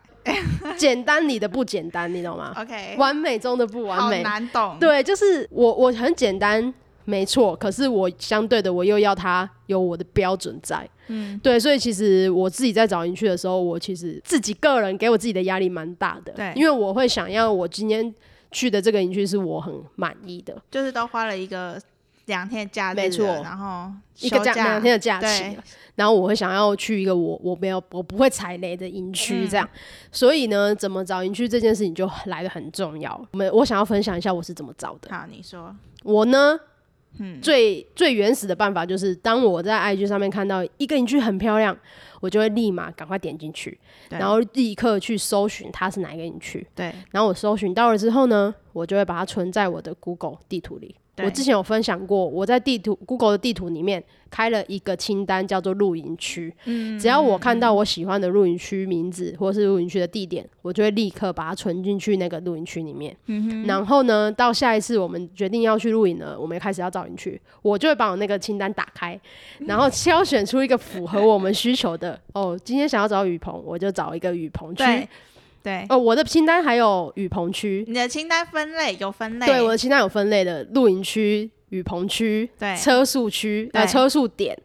[SPEAKER 1] 简单里的不简单，你懂吗？
[SPEAKER 2] ，OK，
[SPEAKER 1] 完美中的不完
[SPEAKER 2] 好
[SPEAKER 1] 美。
[SPEAKER 2] 难懂，
[SPEAKER 1] 对，就是我我很简单，没错。可是我相对的，我又要它有我的标准在。嗯，对，所以其实我自己在找营区的时候，我其实自己个人给我自己的压力蛮大的。
[SPEAKER 2] 对
[SPEAKER 1] 因为我会想要我今天去的这个营区是我很满意的，
[SPEAKER 2] 就是都花了一个两天假日了，
[SPEAKER 1] 没错
[SPEAKER 2] 然后
[SPEAKER 1] 一个
[SPEAKER 2] 休
[SPEAKER 1] 假两天的假期
[SPEAKER 2] 对。，
[SPEAKER 1] 然后我会想要去一个我我没有我不会踩雷的营
[SPEAKER 2] 嗯
[SPEAKER 1] 区，这样。所以呢，怎么找营区这件事情就来的很重要。我们我想要分享一下我是怎么找的。
[SPEAKER 2] 好，你说，
[SPEAKER 1] 我呢，
[SPEAKER 2] 嗯，
[SPEAKER 1] 最最原始的办法就是，当我在 IG 上面看到一个影剧很漂亮，我就会立马赶快点进去，
[SPEAKER 2] 对
[SPEAKER 1] 然后立刻去搜寻它是哪一个影剧。
[SPEAKER 2] 对
[SPEAKER 1] 然后我搜寻到了之后呢，我就会把它存在我的 Google 地图里。
[SPEAKER 2] 对
[SPEAKER 1] 我之前有分享过，我在地图 Google 的地图里面开了一个清单，叫做露营区。
[SPEAKER 2] 嗯
[SPEAKER 1] 只要我看到我喜欢的露营区名字或是露营区的地点，我就会立刻把它存进去那个露营区里面。
[SPEAKER 2] 嗯
[SPEAKER 1] 然后呢，到下一次我们决定要去露营了，我们开始要找营区，我就会把我那个清单打开，
[SPEAKER 2] 嗯
[SPEAKER 1] 然后挑选出一个符合我们需求的。哦，今天想要找雨棚，我就找一个雨棚区。
[SPEAKER 2] 对对，
[SPEAKER 1] 哦，我的清单还有雨棚区，
[SPEAKER 2] 你的清单分类有分类，
[SPEAKER 1] 对，我的清单有分类的，露营区、雨棚区、
[SPEAKER 2] 对
[SPEAKER 1] 车速区、呃
[SPEAKER 2] 对
[SPEAKER 1] 车速点，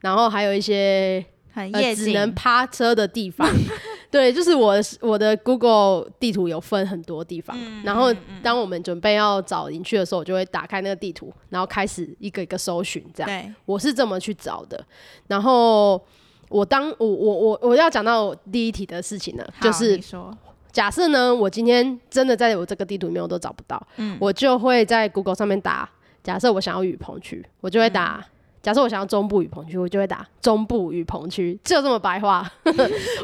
[SPEAKER 1] 然后还有一些
[SPEAKER 2] 很
[SPEAKER 1] 呃
[SPEAKER 2] 夜
[SPEAKER 1] 只
[SPEAKER 2] 景，
[SPEAKER 1] 能趴车的地方。 对，就是我的我的 Google 地图有分很多地方，
[SPEAKER 2] 嗯
[SPEAKER 1] 然后当我们准备要找营区的时候，我就会打开那个地图，然后开始一个一个搜寻，这样。
[SPEAKER 2] 对
[SPEAKER 1] 我是这么去找的。然后我当我我我我要讲到我第一题的事情了，
[SPEAKER 2] 好
[SPEAKER 1] 就是
[SPEAKER 2] 你说
[SPEAKER 1] 假设呢，我今天真的在我这个地图里面我都找不到，
[SPEAKER 2] 嗯
[SPEAKER 1] 我就会在 Google 上面打，假设我想要雨棚区，我就会
[SPEAKER 2] 嗯
[SPEAKER 1] 打。假设我想要中部雨棚区，我就会打中部雨棚区，只有这么白话，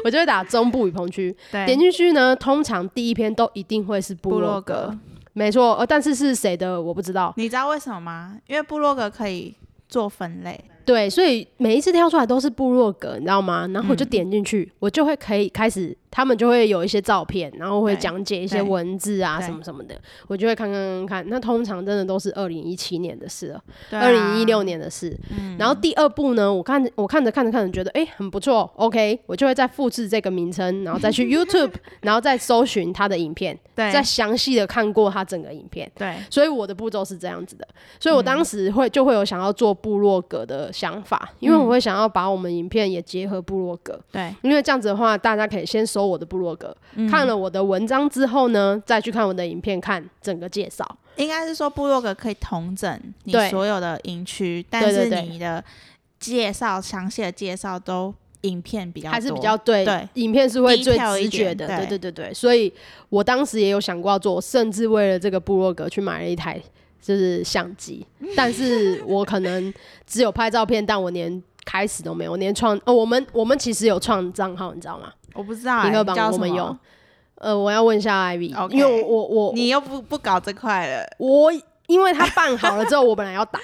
[SPEAKER 1] 我就会打中部雨棚区。点
[SPEAKER 2] 对
[SPEAKER 1] 进去呢，通常第一篇都一定会是部
[SPEAKER 2] 哎部
[SPEAKER 1] 落
[SPEAKER 2] 落
[SPEAKER 1] 格，
[SPEAKER 2] 格，
[SPEAKER 1] 没错。呃，但是是谁的我不知道。
[SPEAKER 2] 你知道为什么吗？因为部落格可以做分类，
[SPEAKER 1] 对，所以每一次跳出来都是部落格，你知道吗？然后我
[SPEAKER 2] 嗯
[SPEAKER 1] 就点进去，我就会可以开始，他们就会有一些照片，然后会
[SPEAKER 2] 对
[SPEAKER 1] 讲解一些
[SPEAKER 2] 对
[SPEAKER 1] 文字啊
[SPEAKER 2] 对
[SPEAKER 1] 什么什么的，我就会看看看看。那通常真的都是二零一七年的事了，
[SPEAKER 2] 对啊嗯
[SPEAKER 1] 二零一六年的事。然后第二步呢，我看我看着看着看着觉得哎、诶很不错，OK，我就会再复制这个名称，然后再去 YouTube，然后再搜寻他的影片，
[SPEAKER 2] 对
[SPEAKER 1] 再详细的看过他整个影片。
[SPEAKER 2] 对
[SPEAKER 1] 所以我的步骤是这样子的，所以我当时会就会有想要做部落格的想法，因为我会想要把我们影片也结合部落格，
[SPEAKER 2] 对
[SPEAKER 1] 因为这样子的话，大家可以先搜我的部落格，看了我的文章之后呢，再去看我的影片，看整个介绍。
[SPEAKER 2] 应该是说部落格可以统整你
[SPEAKER 1] 对
[SPEAKER 2] 所有的营区，但
[SPEAKER 1] 对对
[SPEAKER 2] 是
[SPEAKER 1] 对
[SPEAKER 2] 你的介绍详细的介绍都影片比较
[SPEAKER 1] 还是
[SPEAKER 2] 多
[SPEAKER 1] 比较对，
[SPEAKER 2] 对
[SPEAKER 1] 影片是会
[SPEAKER 2] 低
[SPEAKER 1] 最
[SPEAKER 2] 调一
[SPEAKER 1] 直觉的，
[SPEAKER 2] 点
[SPEAKER 1] 对
[SPEAKER 2] 对
[SPEAKER 1] 对对对，所以我当时也有想过要做，我甚至为了这个部落格去买了一台就是相 机，但是我可能只有拍照片，但我连开始都没有，我连创哦，我们我们其实有创账号，你知道吗？
[SPEAKER 2] 我不知道、欸，
[SPEAKER 1] 平和榜
[SPEAKER 2] 叫
[SPEAKER 1] 我们
[SPEAKER 2] 什么
[SPEAKER 1] 有，呃，我要问一下 Ivy，、
[SPEAKER 2] OK
[SPEAKER 1] 因为我我我
[SPEAKER 2] 你又不不搞这块了，
[SPEAKER 1] 我因为他办好了之后，我本来要 打，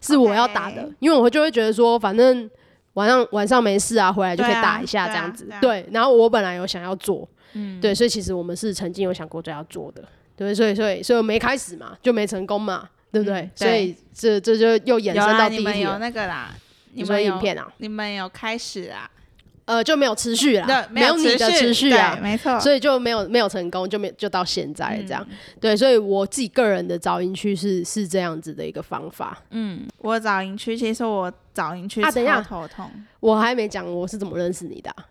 [SPEAKER 1] 是我要打的
[SPEAKER 2] OK，
[SPEAKER 1] 因为我就会觉得说，反正晚上晚上没事啊，回来就可以
[SPEAKER 2] 对啊
[SPEAKER 1] 打一下
[SPEAKER 2] 对
[SPEAKER 1] 这
[SPEAKER 2] 啊
[SPEAKER 1] 样子。
[SPEAKER 2] 对啊嗯
[SPEAKER 1] 然后我本来有想要做，对，所以其实我们是曾经有想过这要做的，对，所以所以所以我没开始嘛，就没成功嘛，对不对？
[SPEAKER 2] 嗯对
[SPEAKER 1] 所以这这就又衍
[SPEAKER 2] 有
[SPEAKER 1] 生
[SPEAKER 2] 啊，
[SPEAKER 1] 到
[SPEAKER 2] 你
[SPEAKER 1] 第一
[SPEAKER 2] 们
[SPEAKER 1] 题
[SPEAKER 2] 有
[SPEAKER 1] 了，
[SPEAKER 2] 那个啦，你
[SPEAKER 1] 说
[SPEAKER 2] 们有
[SPEAKER 1] 影，片啊，
[SPEAKER 2] 你们有开始啊？
[SPEAKER 1] 呃，就没有持续啦
[SPEAKER 2] 对，，
[SPEAKER 1] 没有你
[SPEAKER 2] 持
[SPEAKER 1] 的持续啊
[SPEAKER 2] 对，没错，
[SPEAKER 1] 所以就没有没有成功，就没就到现在这
[SPEAKER 2] 嗯
[SPEAKER 1] 样。对，所以我自己个人的找音区是是这样子的一个方法。
[SPEAKER 2] 我找营区，其实我找营区
[SPEAKER 1] 啊等一下
[SPEAKER 2] 超头痛。
[SPEAKER 1] 我还没讲我是怎么认识你的啊、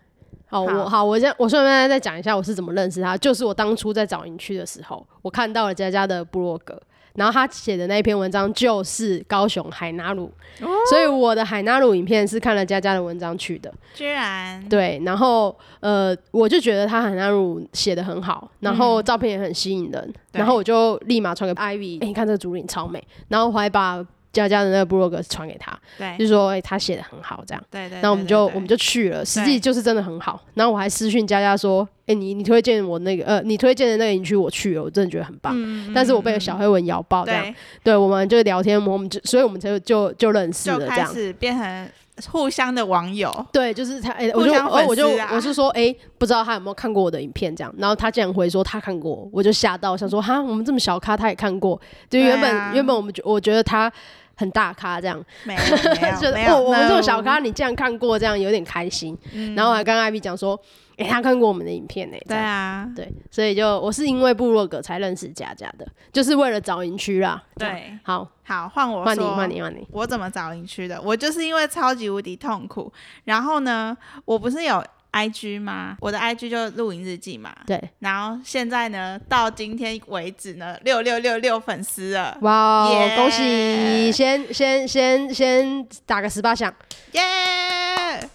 [SPEAKER 1] 好，
[SPEAKER 2] 好
[SPEAKER 1] 我好，我先我顺便再讲一下我是怎么认识他，就是我当初在找营区的时候，我看到了佳佳的部落格，然后他写的那一篇文章就是高雄海纳鲁，
[SPEAKER 2] 哦
[SPEAKER 1] 所以我的海纳鲁影片是看了佳佳的文章去的，
[SPEAKER 2] 居然
[SPEAKER 1] 对，然后呃，我就觉得他海纳鲁写的很好，然后照片也很吸引人，
[SPEAKER 2] 嗯
[SPEAKER 1] 哎
[SPEAKER 2] 对
[SPEAKER 1] 然后我就立马传给 Ivy，、欸、你看这个竹林超美，然后我还把佳佳的那个部落格传给他，
[SPEAKER 2] 对
[SPEAKER 1] 就说哎、他写的很好这样。
[SPEAKER 2] 对哎对，
[SPEAKER 1] 然后我们就
[SPEAKER 2] 对对
[SPEAKER 1] 我们就去了，实际就是真的很好。然后我还私讯佳佳说：“哎、你你推荐我那个呃，你推荐的那个营区我去了，我真的觉得很棒。
[SPEAKER 2] 嗯
[SPEAKER 1] 但是我被小黑文咬爆，这样，
[SPEAKER 2] 对，
[SPEAKER 1] 对我们就聊天，我们就所以我们就就就认识
[SPEAKER 2] 就
[SPEAKER 1] 了这
[SPEAKER 2] 开
[SPEAKER 1] 样。
[SPEAKER 2] 始变成互相的网友，
[SPEAKER 1] 对，就是他，哎、
[SPEAKER 2] 互
[SPEAKER 1] 我就、
[SPEAKER 2] 相
[SPEAKER 1] 哦我就
[SPEAKER 2] 粉丝啊
[SPEAKER 1] 我是说，哎、不知道他有没有看过我的影片这样，然后他竟然回说他看过，我就吓到，想说哈，我们这么小咖他也看过，就
[SPEAKER 2] 对啊
[SPEAKER 1] 原本、原本我们觉我觉得他很大咖这样，
[SPEAKER 2] 没有没
[SPEAKER 1] 觉
[SPEAKER 2] 有
[SPEAKER 1] 得
[SPEAKER 2] 没
[SPEAKER 1] 哦，
[SPEAKER 2] 有，
[SPEAKER 1] 我们这种小
[SPEAKER 2] no
[SPEAKER 1] 咖你竟然看过，这样有点开心，然后我还跟艾比讲说，哎、他看过我们的影片呢、这
[SPEAKER 2] 嗯对
[SPEAKER 1] 样
[SPEAKER 2] 啊，
[SPEAKER 1] 对，所以就我是因为部落格才认识佳佳的，就是为了找营区啦。这样，
[SPEAKER 2] 对，
[SPEAKER 1] 好，
[SPEAKER 2] 好，换我
[SPEAKER 1] 换你
[SPEAKER 2] 说
[SPEAKER 1] 换你换你，
[SPEAKER 2] 我怎么找营区的？我就是因为超级无敌痛苦。然后呢，我不是有 IG 吗？我的 IG 就露营日记嘛。
[SPEAKER 1] 对，
[SPEAKER 2] 然后现在呢，到今天为止呢，六六六六粉丝了，
[SPEAKER 1] 哇、哦
[SPEAKER 2] 耶
[SPEAKER 1] 恭喜！先先先先打个十八响。
[SPEAKER 2] 耶！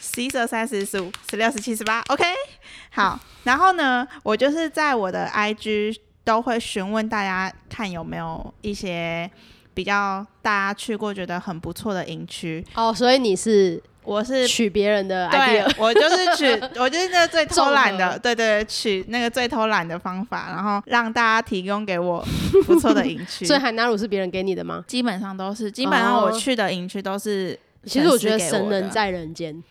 [SPEAKER 2] 十一、十二、三、十、十五、十六、十七、十八，OK。好，然后呢，我就是在我的 IG 都会询问大家看有没有一些比较大家去过觉得很不错的营区。
[SPEAKER 1] 哦，所以你是
[SPEAKER 2] 我是
[SPEAKER 1] 取别人的
[SPEAKER 2] 对
[SPEAKER 1] idea，，
[SPEAKER 2] 我就是 取，我就是那个最偷懒
[SPEAKER 1] 综合
[SPEAKER 2] 的，对对，对取那个最偷懒的方法，然后让大家提供给我不错 的营区
[SPEAKER 1] 所。以海南乳是别人给你的吗？
[SPEAKER 2] 基本上都是，基本上
[SPEAKER 1] 哦
[SPEAKER 2] 我去的营区都是粉丝
[SPEAKER 1] 其
[SPEAKER 2] 给我的。
[SPEAKER 1] 实我觉得神人在人间，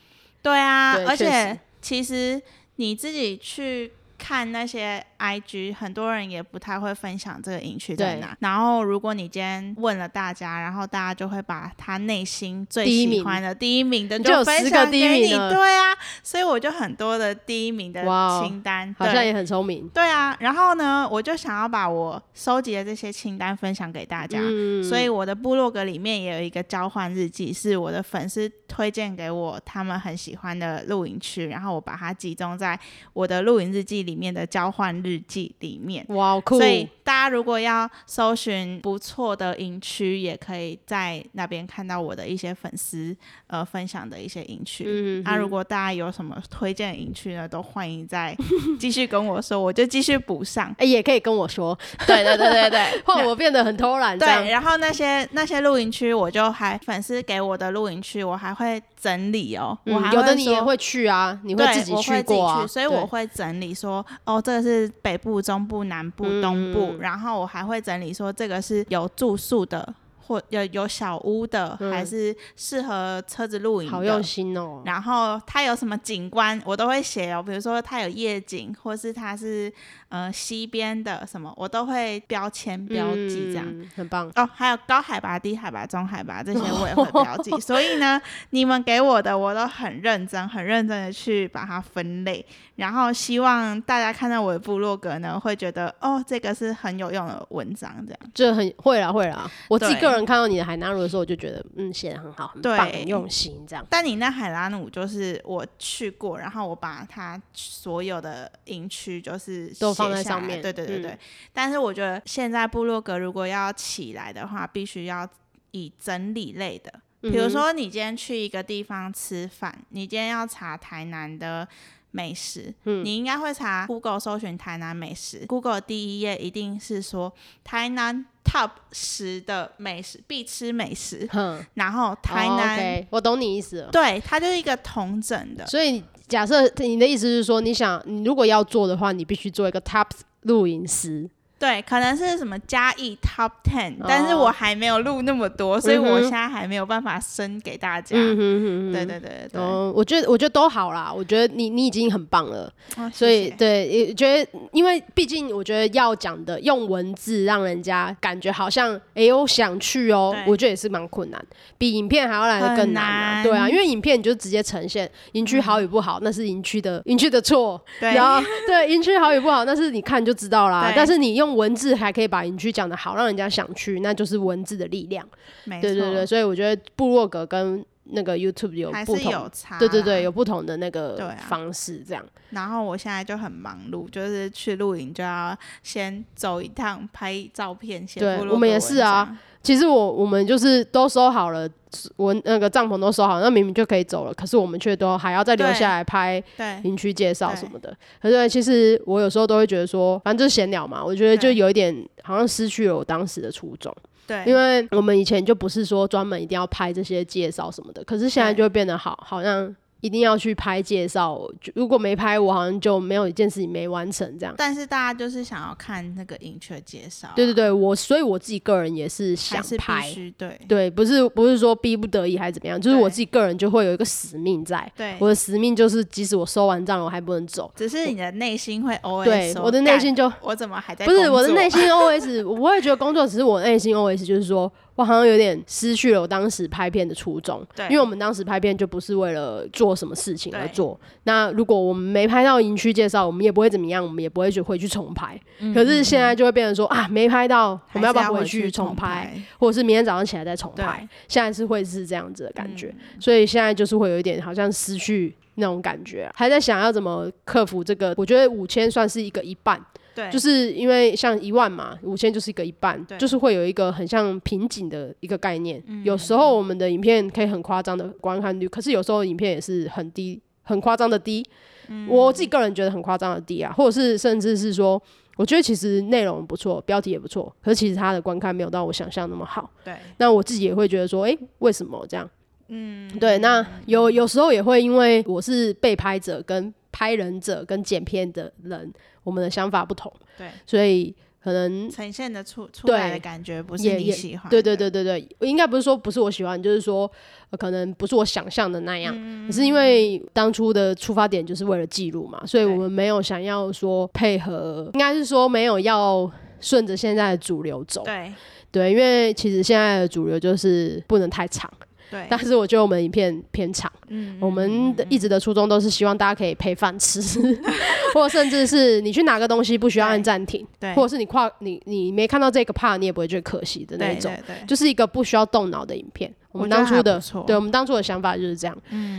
[SPEAKER 2] 对啊，
[SPEAKER 1] 对
[SPEAKER 2] 而
[SPEAKER 1] 确实
[SPEAKER 2] 且其实你自己去看那些 IG，很多人也不太会分享这个营区在
[SPEAKER 1] 对
[SPEAKER 2] 哪。然后如果你今天问了大家，然后大家就会把他内心最
[SPEAKER 1] 第一名
[SPEAKER 2] 喜欢的第一名的
[SPEAKER 1] 你就有
[SPEAKER 2] 分
[SPEAKER 1] 10个
[SPEAKER 2] 享给
[SPEAKER 1] 第一名
[SPEAKER 2] 你。
[SPEAKER 1] 了
[SPEAKER 2] 对啊，所以我就很多的第一名的
[SPEAKER 1] 哇哦
[SPEAKER 2] 清单，
[SPEAKER 1] 好像
[SPEAKER 2] 对
[SPEAKER 1] 也很聪明。
[SPEAKER 2] 对啊，然后呢，我就想要把我收集的这些清单分享给大家，所以我的部落格里面也有一个交换日记，是我的粉丝推荐给我他们很喜欢的露营区，然后我把它集中在我的露营日记里面的交换日记里面。
[SPEAKER 1] 哇哦，酷
[SPEAKER 2] 所！以大家如果要搜寻不错的营区，也可以在那边看到我的一些粉丝呃分享的一些营区。
[SPEAKER 1] 嗯。
[SPEAKER 2] 那、如果大家有什么推荐的营区呢，都欢迎再继续跟我说，我就继续补上
[SPEAKER 1] 哎、也可以跟我说，
[SPEAKER 2] 对对对对 对
[SPEAKER 1] 换我变得很偷懒这
[SPEAKER 2] 对，
[SPEAKER 1] 样。
[SPEAKER 2] 然后那些那些露营区，我就还粉丝给我的露营区，我还会整理哦，我还
[SPEAKER 1] 嗯，有的你也
[SPEAKER 2] 说
[SPEAKER 1] 会去啊，你会
[SPEAKER 2] 对，
[SPEAKER 1] 自己
[SPEAKER 2] 我
[SPEAKER 1] 去
[SPEAKER 2] 会
[SPEAKER 1] 过啊，
[SPEAKER 2] 自己去所以我
[SPEAKER 1] 对
[SPEAKER 2] 会整理说，哦，这个是北部、中部、南部、东部，
[SPEAKER 1] 嗯
[SPEAKER 2] 然后我还会整理说，这个是有住宿的，或有有小屋的，
[SPEAKER 1] 嗯
[SPEAKER 2] 还是适合车子露营
[SPEAKER 1] 好
[SPEAKER 2] 的
[SPEAKER 1] 用。心哦、
[SPEAKER 2] 然后它有什么景观，我都会写哦，比如说它有夜景，或是它是呃西边的什么，我都会标签标记这样。
[SPEAKER 1] 嗯很棒。
[SPEAKER 2] 哦，还有高海拔、低海拔、中海拔这些我也会标记，所以呢，你们给我的我都很认真、很认真的去把它分类，然后希望大家看到我的部落格呢，会觉得哦，这个是很有用的文章，这样
[SPEAKER 1] 就很会啦，会啦。我自己
[SPEAKER 2] 对
[SPEAKER 1] 个人看到你的海南乳的时候，我就觉得，嗯，写的很好，很
[SPEAKER 2] 对
[SPEAKER 1] 棒，很用心，这样。
[SPEAKER 2] 但你那海拉努就是我去过，然后我把它所有的营区就是
[SPEAKER 1] 都放在
[SPEAKER 2] 写下来
[SPEAKER 1] 上面
[SPEAKER 2] 对对对对。
[SPEAKER 1] 嗯
[SPEAKER 2] 但是我觉得现在部落格如果要起来的话，必须要以整理类的，比
[SPEAKER 1] 嗯
[SPEAKER 2] 如说你今天去一个地方吃饭，你今天要查台南的。美食，
[SPEAKER 1] 嗯
[SPEAKER 2] 你应该会查 Google 搜寻台南美食。Google 第一页一定是说台南 Top 十的美食必吃美食，
[SPEAKER 1] 哼，
[SPEAKER 2] 然后台
[SPEAKER 1] 哦
[SPEAKER 2] 南
[SPEAKER 1] ，OK，我懂你意思了。
[SPEAKER 2] 对，它就是一个同整的。
[SPEAKER 1] 所以假设你的意思是说，你想你如果要做的话，你必须做一个 top 露营师，
[SPEAKER 2] 对，可能是什么嘉义 Top Ten，、
[SPEAKER 1] 哦
[SPEAKER 2] 但是我还没有录那么多，所以我
[SPEAKER 1] 嗯哼
[SPEAKER 2] 现在还没有办法升给大家。
[SPEAKER 1] 嗯哼哼
[SPEAKER 2] 对
[SPEAKER 1] 哼。
[SPEAKER 2] 对对对对，
[SPEAKER 1] 哦，我觉得我觉得都好啦，我觉得你你已经很棒了，
[SPEAKER 2] 哦
[SPEAKER 1] 所以
[SPEAKER 2] 谢谢
[SPEAKER 1] 对，也觉得因为毕竟我觉得要讲的用文字让人家感觉好像哎呦想去哦，
[SPEAKER 2] 对
[SPEAKER 1] 我觉得也是蛮困难，比影片还要来的更难啊，
[SPEAKER 2] 很难嗯
[SPEAKER 1] 对啊，因为影片你就直接呈现营区好与不好，那是营区的营区的错，
[SPEAKER 2] 对
[SPEAKER 1] 然后对营区好与不好，那是你看就知道啦
[SPEAKER 2] 对。
[SPEAKER 1] 但是你用文字还可以把营区讲的好，让人家想去，那就是文字的力量。
[SPEAKER 2] 没错，
[SPEAKER 1] 对对对，所以我觉得部落格跟那个 YouTube 有
[SPEAKER 2] 还
[SPEAKER 1] 不
[SPEAKER 2] 是
[SPEAKER 1] 同，
[SPEAKER 2] 有差。
[SPEAKER 1] 对对对，。有不同的那
[SPEAKER 2] 对
[SPEAKER 1] 个
[SPEAKER 2] 啊
[SPEAKER 1] 方式这样。
[SPEAKER 2] 然后我现在就很忙碌，就是去露营就要先走一趟拍照片，写
[SPEAKER 1] 对
[SPEAKER 2] 部落
[SPEAKER 1] 我们
[SPEAKER 2] 格
[SPEAKER 1] 也是啊
[SPEAKER 2] 文章。
[SPEAKER 1] 其实我我们就是都收好了，我那个帐篷都收好，那明明就可以走了，可是我们却都还要再留下来拍
[SPEAKER 2] 对，
[SPEAKER 1] 营区介绍什么的。可是其实我有时候都会觉得说，反正就是闲聊嘛，我觉得就
[SPEAKER 2] 对
[SPEAKER 1] 有一点好像失去了我当时的初衷，
[SPEAKER 2] 对，
[SPEAKER 1] 因为我们以前就不是说专门一定要拍这些介绍什么的，可是现在
[SPEAKER 2] 对
[SPEAKER 1] 就会变得好，好像一定要去拍介绍，就如果没拍，我好像就没有一件事情没完成这样。
[SPEAKER 2] 但是大家就是想要看那个影雀介绍啊、
[SPEAKER 1] 对对对，我所以我自己个人也是想
[SPEAKER 2] 还是
[SPEAKER 1] 拍
[SPEAKER 2] 必，须对
[SPEAKER 1] 对，不是不是说逼不得已还是怎么样，就是
[SPEAKER 2] 对
[SPEAKER 1] 我自己个人就会有一个使命在，
[SPEAKER 2] 对
[SPEAKER 1] 我的使命就是即使我收完账了，我还不能走，
[SPEAKER 2] 只是你的内心会 OS
[SPEAKER 1] 对，
[SPEAKER 2] 说
[SPEAKER 1] 我的内，
[SPEAKER 2] 哦干
[SPEAKER 1] 心就
[SPEAKER 2] 我怎么还在
[SPEAKER 1] 不
[SPEAKER 2] 工作？
[SPEAKER 1] 是我的内心 OS，我不 会觉得工作，只是我内心 OS 就是说我好像有点失去了我当时拍片的初衷，
[SPEAKER 2] 对
[SPEAKER 1] 因为我们当时拍片就不是为了做什么事情而
[SPEAKER 2] 对
[SPEAKER 1] 做，那如果我们没拍到营区介绍，我们也不会怎么样，我们也不会去回去重拍，可是现在就会变成说啊，没拍到，我们
[SPEAKER 2] 嗯还是
[SPEAKER 1] 要不
[SPEAKER 2] 要
[SPEAKER 1] 回
[SPEAKER 2] 去
[SPEAKER 1] 重拍，
[SPEAKER 2] 拍？
[SPEAKER 1] 或者是明天早上起来再重
[SPEAKER 2] 对
[SPEAKER 1] 拍，现在是会是这样子的感
[SPEAKER 2] 嗯
[SPEAKER 1] 觉，所以现在就是会有一点好像失去那种感觉啊、还在想要怎么克服这个。我觉得五千算是一个一半，
[SPEAKER 2] 对，
[SPEAKER 1] 就是是因为像一万嘛，五千就是一个一半，
[SPEAKER 2] 对嗯
[SPEAKER 1] 就是会有一个很像瓶颈的一个概念。有时候我们的影片可以很夸张的观看率，可是有时候影片也是很低，很夸张的低。
[SPEAKER 2] 嗯
[SPEAKER 1] 我自己个人觉得很夸张的低啊，或者是甚至是说，我觉得其实内容不错，标题也不错，可是其实它的观看没有到我想象那么好。
[SPEAKER 2] 对，
[SPEAKER 1] 那我自己也会觉得说，诶，为什么这样？嗯，对。那有有时候也会因为我是被拍者、跟拍人者、跟剪片的人，我们的想法不同，
[SPEAKER 2] 对，
[SPEAKER 1] 所以可能
[SPEAKER 2] 呈现的出出
[SPEAKER 1] 嗯对
[SPEAKER 2] 来的感觉不是
[SPEAKER 1] 也
[SPEAKER 2] 你
[SPEAKER 1] 也
[SPEAKER 2] 喜欢的，
[SPEAKER 1] 对对对对对，应该不是说不是我喜欢，就是说、呃可能不是我想象的那样。可是因为当初的出发点就是为了记录嘛，所以
[SPEAKER 2] 嗯对
[SPEAKER 1] 我们没有想要说配合，应该是说没有要顺着现在的主流走。
[SPEAKER 2] 对
[SPEAKER 1] 对，因为其实现在的主流就是不能太长。
[SPEAKER 2] 对
[SPEAKER 1] 但是我觉得我们影片偏长，
[SPEAKER 2] 嗯
[SPEAKER 1] 我们的一直的初衷都是希望大家可以配饭吃， 或甚至是你去拿个东西不需要按暂停，
[SPEAKER 2] 对，
[SPEAKER 1] 或者是你跨你你没看到这个 part 你也不会觉得可惜的那
[SPEAKER 2] 对
[SPEAKER 1] 一种，
[SPEAKER 2] 对对
[SPEAKER 1] 就是一个不需要动脑的影片。我们
[SPEAKER 2] 我觉
[SPEAKER 1] 当
[SPEAKER 2] 得
[SPEAKER 1] 初
[SPEAKER 2] 还
[SPEAKER 1] 的
[SPEAKER 2] 不错嗯
[SPEAKER 1] 对我们当初的想法就是这样，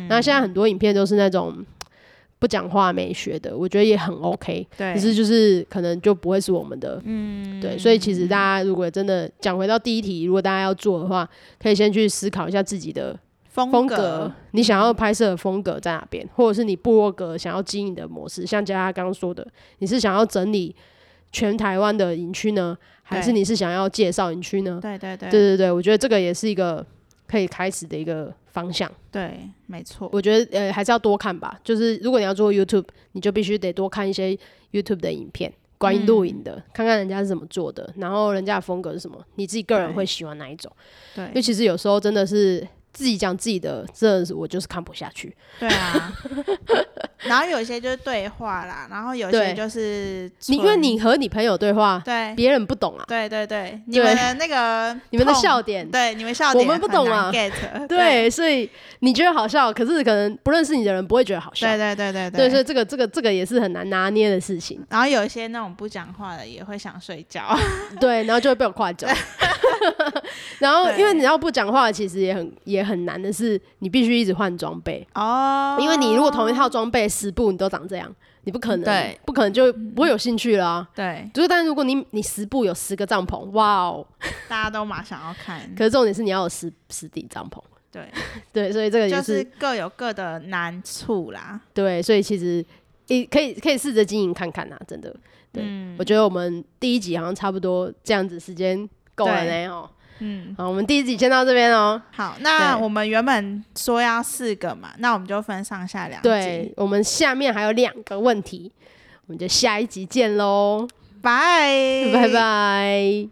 [SPEAKER 1] 那现在很多影片都是那种不讲话没学的，我觉得也很 OK。
[SPEAKER 2] 对，
[SPEAKER 1] 只是就是可能就不会是我们的，嗯，对，所以其实大家如果真的讲回到第一题，如果大家要做的话，可以先去思考一下自己的
[SPEAKER 2] 风
[SPEAKER 1] 风格，你想要拍摄的风格在哪边，或者是你部落格想要经营的模式，像佳佳刚刚说的，你是想要整理全台湾的营区呢，还是
[SPEAKER 2] 对
[SPEAKER 1] 你是想要介绍营区呢？
[SPEAKER 2] 对对
[SPEAKER 1] 对
[SPEAKER 2] 对
[SPEAKER 1] 对对，我觉得这个也是一个可以开始的一个方向。
[SPEAKER 2] 对，没错，
[SPEAKER 1] 我觉得呃还是要多看吧，就是如果你要做 YouTube，你就必须得多看一些 YouTube 的影片，关于录影的，看看人家是怎么做的，然后人家的风格是什么，你自己个人
[SPEAKER 2] 对
[SPEAKER 1] 会喜欢哪一种？因为
[SPEAKER 2] 对
[SPEAKER 1] 其实有时候真的是自己讲自己的，真的是我就是看不下去。
[SPEAKER 2] 对 啊。然后有些就是对话啦，然后有些
[SPEAKER 1] 对
[SPEAKER 2] 就是
[SPEAKER 1] 你因为
[SPEAKER 2] 纯
[SPEAKER 1] 你和你朋友对话，
[SPEAKER 2] 对
[SPEAKER 1] 别人不懂啊，
[SPEAKER 2] 对对对，你
[SPEAKER 1] 对
[SPEAKER 2] 们的那个
[SPEAKER 1] 你们的
[SPEAKER 2] 痛
[SPEAKER 1] 笑点。
[SPEAKER 2] 对，你们笑点
[SPEAKER 1] 我们不
[SPEAKER 2] 很难
[SPEAKER 1] 懂啊
[SPEAKER 2] get，对
[SPEAKER 1] 对，所以你觉得好笑，可是可能不认识你的人不会觉得好笑。
[SPEAKER 2] 对对对对
[SPEAKER 1] 对，所以这个这个这个也是很难拿捏的事情。
[SPEAKER 2] 然后有一些那种不讲话的也会想睡觉，
[SPEAKER 1] 对，然后就会被我夸 奖。然后，因为
[SPEAKER 2] 对
[SPEAKER 1] 你要不讲话，其实也很也很难的是，你必须一直换装备，
[SPEAKER 2] 哦
[SPEAKER 1] 因为你如果同一套装备十步你都长这样，你不可能，
[SPEAKER 2] 对，嗯
[SPEAKER 1] 不可能就不会有兴趣了、啊。
[SPEAKER 2] 对
[SPEAKER 1] 就是，但如果你你十步有十个帐篷，哇哦！
[SPEAKER 2] 大家都马上要看，
[SPEAKER 1] 可是重点是你要有十十顶帐篷，
[SPEAKER 2] 对，
[SPEAKER 1] 对，所以这个也、
[SPEAKER 2] 就是是各有各的难处啦。
[SPEAKER 1] 对，所以其实也可以可以试着经营看看啊，真的。对，
[SPEAKER 2] 嗯
[SPEAKER 1] 我觉得我们第一集好像差不多这样子时间够了
[SPEAKER 2] 对
[SPEAKER 1] 呢哦。
[SPEAKER 2] 嗯，
[SPEAKER 1] 好，我们第一集先到这边哦。
[SPEAKER 2] 好，那
[SPEAKER 1] 对
[SPEAKER 2] 我们原本说要四个嘛，那我们就分上下两集，
[SPEAKER 1] 对，我们下面还有两个问题，我们就下一集见喽，
[SPEAKER 2] 拜
[SPEAKER 1] 拜拜。